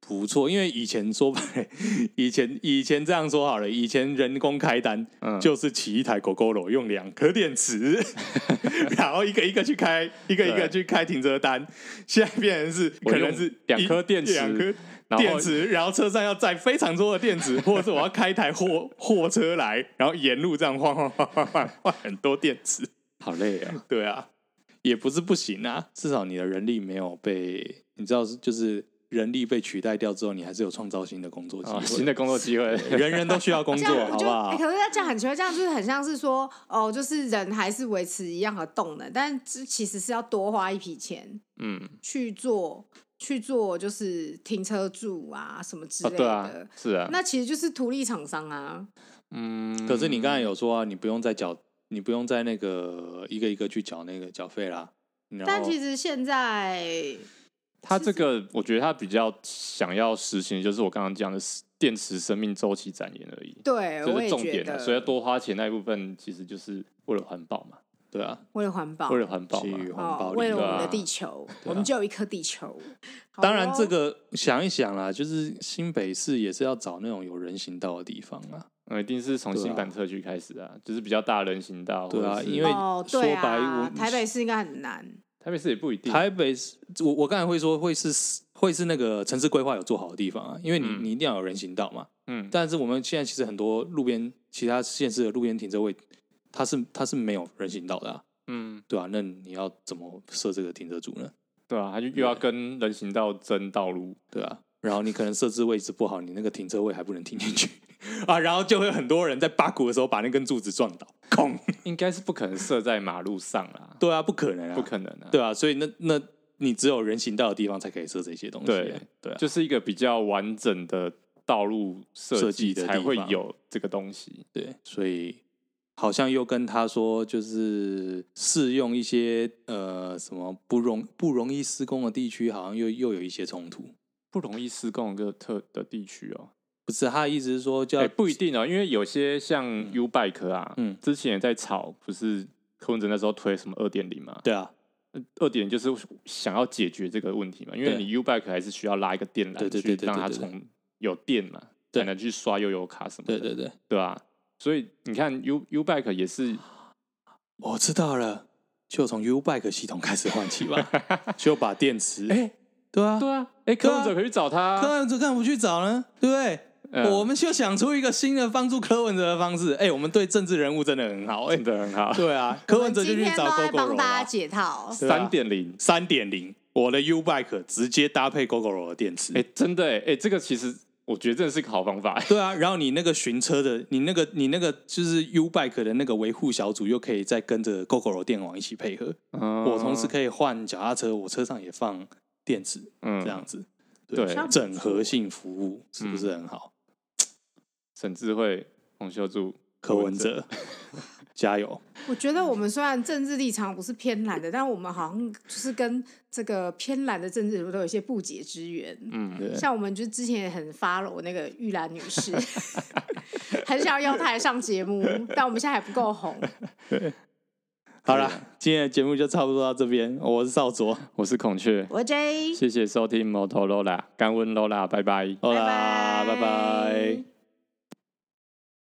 [SPEAKER 1] 不错，因为以前说白， 以前以前这样说好了，以前人工开单、
[SPEAKER 2] 嗯
[SPEAKER 1] 就是骑一台狗狗楼用两颗电池， 然后一个一个去开，一个一个
[SPEAKER 2] 对
[SPEAKER 1] 去开停车单，现在变成是
[SPEAKER 2] 我
[SPEAKER 1] 可能
[SPEAKER 2] 用
[SPEAKER 1] 是
[SPEAKER 2] 两
[SPEAKER 1] 一
[SPEAKER 2] 颗电池
[SPEAKER 1] 两颗
[SPEAKER 2] 然后
[SPEAKER 1] 电池，然后车上要载非常多的电池，或者是我要开一台货货车来，然后沿路这样晃晃晃晃晃晃很多电池。
[SPEAKER 2] 好累啊。
[SPEAKER 1] 对啊，也不是不行啊，至少你的人力没有被，你知道是就是人力被取代掉之后，你还是有创造性的工作机会。
[SPEAKER 2] 啊，新的工作机会，
[SPEAKER 1] 人人都需要工
[SPEAKER 3] 这
[SPEAKER 1] 作，
[SPEAKER 3] 样
[SPEAKER 1] 好
[SPEAKER 3] 我
[SPEAKER 1] 不
[SPEAKER 3] 就、哎
[SPEAKER 1] 好？
[SPEAKER 3] 可是这样很奇怪，这样就是很像是说，哦，就是人还是维持一样的动能，但这其实是要多花一笔钱
[SPEAKER 2] 嗯，
[SPEAKER 3] 去做去做，就是停车柱啊什么之
[SPEAKER 2] 哦，
[SPEAKER 3] 类
[SPEAKER 2] 对
[SPEAKER 3] 的。
[SPEAKER 2] 啊，是啊，
[SPEAKER 3] 那其实就是图利厂商啊，
[SPEAKER 2] 嗯，
[SPEAKER 1] 可是你刚才有说啊，你不用再缴，你不用再那个一个一个去缴那个缴费啦。然
[SPEAKER 3] 但
[SPEAKER 1] 后
[SPEAKER 3] 其实现在
[SPEAKER 2] 他这个，我觉得他比较想要实行，就是我刚刚讲的电池生命周期展延而已，
[SPEAKER 3] 对，
[SPEAKER 2] 这
[SPEAKER 3] 我
[SPEAKER 2] 是
[SPEAKER 3] 也
[SPEAKER 2] 重
[SPEAKER 3] 觉
[SPEAKER 2] 点
[SPEAKER 3] 得，
[SPEAKER 2] 啊。所以要多花钱那一部分，其实就是为了环保嘛。对啊，
[SPEAKER 3] 为了环保，
[SPEAKER 2] 为了环保
[SPEAKER 1] 基于环
[SPEAKER 2] 嘛。
[SPEAKER 1] 保
[SPEAKER 3] 哦，
[SPEAKER 1] 理
[SPEAKER 3] 为了
[SPEAKER 1] 念
[SPEAKER 2] 对
[SPEAKER 3] 我们的
[SPEAKER 2] 啊
[SPEAKER 3] 地球，我们只有一颗地球。好
[SPEAKER 1] 当然，
[SPEAKER 3] 哦
[SPEAKER 1] 这个想一想啦，就是新北市也是要找那种有人行道的地方啊。
[SPEAKER 2] 嗯，一定是从
[SPEAKER 1] 对啊
[SPEAKER 2] 新版特区开始啊，就是比较大人行道。
[SPEAKER 1] 对啊
[SPEAKER 2] 或者是
[SPEAKER 1] 因为
[SPEAKER 3] 哦，对
[SPEAKER 1] 说白
[SPEAKER 3] 啊
[SPEAKER 1] 我，
[SPEAKER 3] 台北市应该很难。
[SPEAKER 2] 台北市也不一定。
[SPEAKER 1] 台北市，我我刚才会说会是会是那个城市规划有做好的地方啊，因为你、
[SPEAKER 2] 嗯
[SPEAKER 1] 你一定要有人行道嘛。
[SPEAKER 2] 嗯，
[SPEAKER 1] 但是我们现在其实很多路边其他县市的路边停车位，它是它是没有人行道的、啊，
[SPEAKER 2] 嗯，
[SPEAKER 1] 对啊，那你要怎么设这个停车组呢？
[SPEAKER 2] 对啊，他就又要跟人行道争道路。
[SPEAKER 1] 对啊，然后你可能设置位置不好，你那个停车位还不能停进去 啊，然后就会有很多人在八股的时候把那根柱子撞倒，空。
[SPEAKER 2] 应该是不可能设在马路上啦，
[SPEAKER 1] 对啊，不可能啊，
[SPEAKER 2] 不可能啊。
[SPEAKER 1] 对啊，所以那那你只有人行道的地方才可以设这些东西啊、
[SPEAKER 2] 对
[SPEAKER 1] 对啊，
[SPEAKER 2] 就是一个比较完整的道路设
[SPEAKER 1] 设计的地
[SPEAKER 2] 才会
[SPEAKER 1] 方
[SPEAKER 2] 有这个东西。
[SPEAKER 1] 对，所以好像又跟他说，就是适用一些呃什么不容不容易施工的地区，好像又又有一些冲突。
[SPEAKER 2] 不容易施工的特的地区哦，
[SPEAKER 1] 不是他的意思是说叫、
[SPEAKER 2] 哎、不一定哦，因为有些像 U Bike 啊，
[SPEAKER 1] 嗯
[SPEAKER 2] 之前也在炒，不是柯文哲那时候推什么二点零嘛，
[SPEAKER 1] 对啊，
[SPEAKER 2] 二点就是想要解决这个问题嘛，因为
[SPEAKER 1] 对
[SPEAKER 2] 你 U Bike 还是需要拉一个电
[SPEAKER 1] 对
[SPEAKER 2] 缆
[SPEAKER 1] 对
[SPEAKER 2] 去
[SPEAKER 1] 对对
[SPEAKER 2] 让
[SPEAKER 1] 对
[SPEAKER 2] 它
[SPEAKER 1] 对对
[SPEAKER 2] 从有电嘛，
[SPEAKER 1] 对
[SPEAKER 2] 才能去刷悠游卡什么的，
[SPEAKER 1] 对对对，
[SPEAKER 2] 对吧、所以你看 U U Bike 也是
[SPEAKER 1] 我知道了，就从 U Bike 系统开始换起 吧，就把电池，
[SPEAKER 2] 哎
[SPEAKER 1] 对啊，
[SPEAKER 2] 对啊，哎、柯文哲可以去找他啊、
[SPEAKER 1] 柯文哲干嘛不去找呢？对不对？
[SPEAKER 2] 嗯
[SPEAKER 1] 我们就想出一个新的帮助柯文哲的方式。哎、我们对政治人物真的很好、哎
[SPEAKER 2] 真，的哦很好，
[SPEAKER 1] 对啊，柯文哲就去
[SPEAKER 3] 今天
[SPEAKER 1] 找
[SPEAKER 3] 都在
[SPEAKER 1] GoGo
[SPEAKER 3] 帮
[SPEAKER 1] 罗、
[SPEAKER 3] 大家
[SPEAKER 1] 啊。
[SPEAKER 3] 解套，
[SPEAKER 1] 对啊
[SPEAKER 2] 三点零，
[SPEAKER 1] 三点零，我的 U Bike 直接搭配 GoGo 罗的电池。
[SPEAKER 2] 哎、真的哎、哎、这个其实我觉得真的是个好方法、
[SPEAKER 1] 对啊，然后你那个巡车的，你那个你那个就是 U Bike 的那个维护小组，又可以再跟着 GoGo 罗电网一起配合。我
[SPEAKER 2] 我
[SPEAKER 1] 同时可以换脚踏车，我车上也放电池，
[SPEAKER 2] 嗯
[SPEAKER 1] 这样子。
[SPEAKER 2] 对
[SPEAKER 1] 整合性服务是不是很好？
[SPEAKER 2] 沈智慧、洪秀柱、
[SPEAKER 1] 柯文哲， 加油！
[SPEAKER 3] 我觉得我们虽然政治立场不是偏蓝的，但我们好像就是跟这个偏蓝的政治人物都有一些不解之缘。
[SPEAKER 2] 嗯，
[SPEAKER 1] 对
[SPEAKER 3] 像我们就之前也很 follow 那个玉兰女士，很想要邀她来上节目，但我们现在还不够红。
[SPEAKER 1] 好了，今天的节目就差不多到这边。我是少卓，
[SPEAKER 2] 我是孔雀，
[SPEAKER 3] 我 J，
[SPEAKER 2] 谢谢收听 Motorola，干温 Lola，拜拜。
[SPEAKER 1] 好啦，拜拜。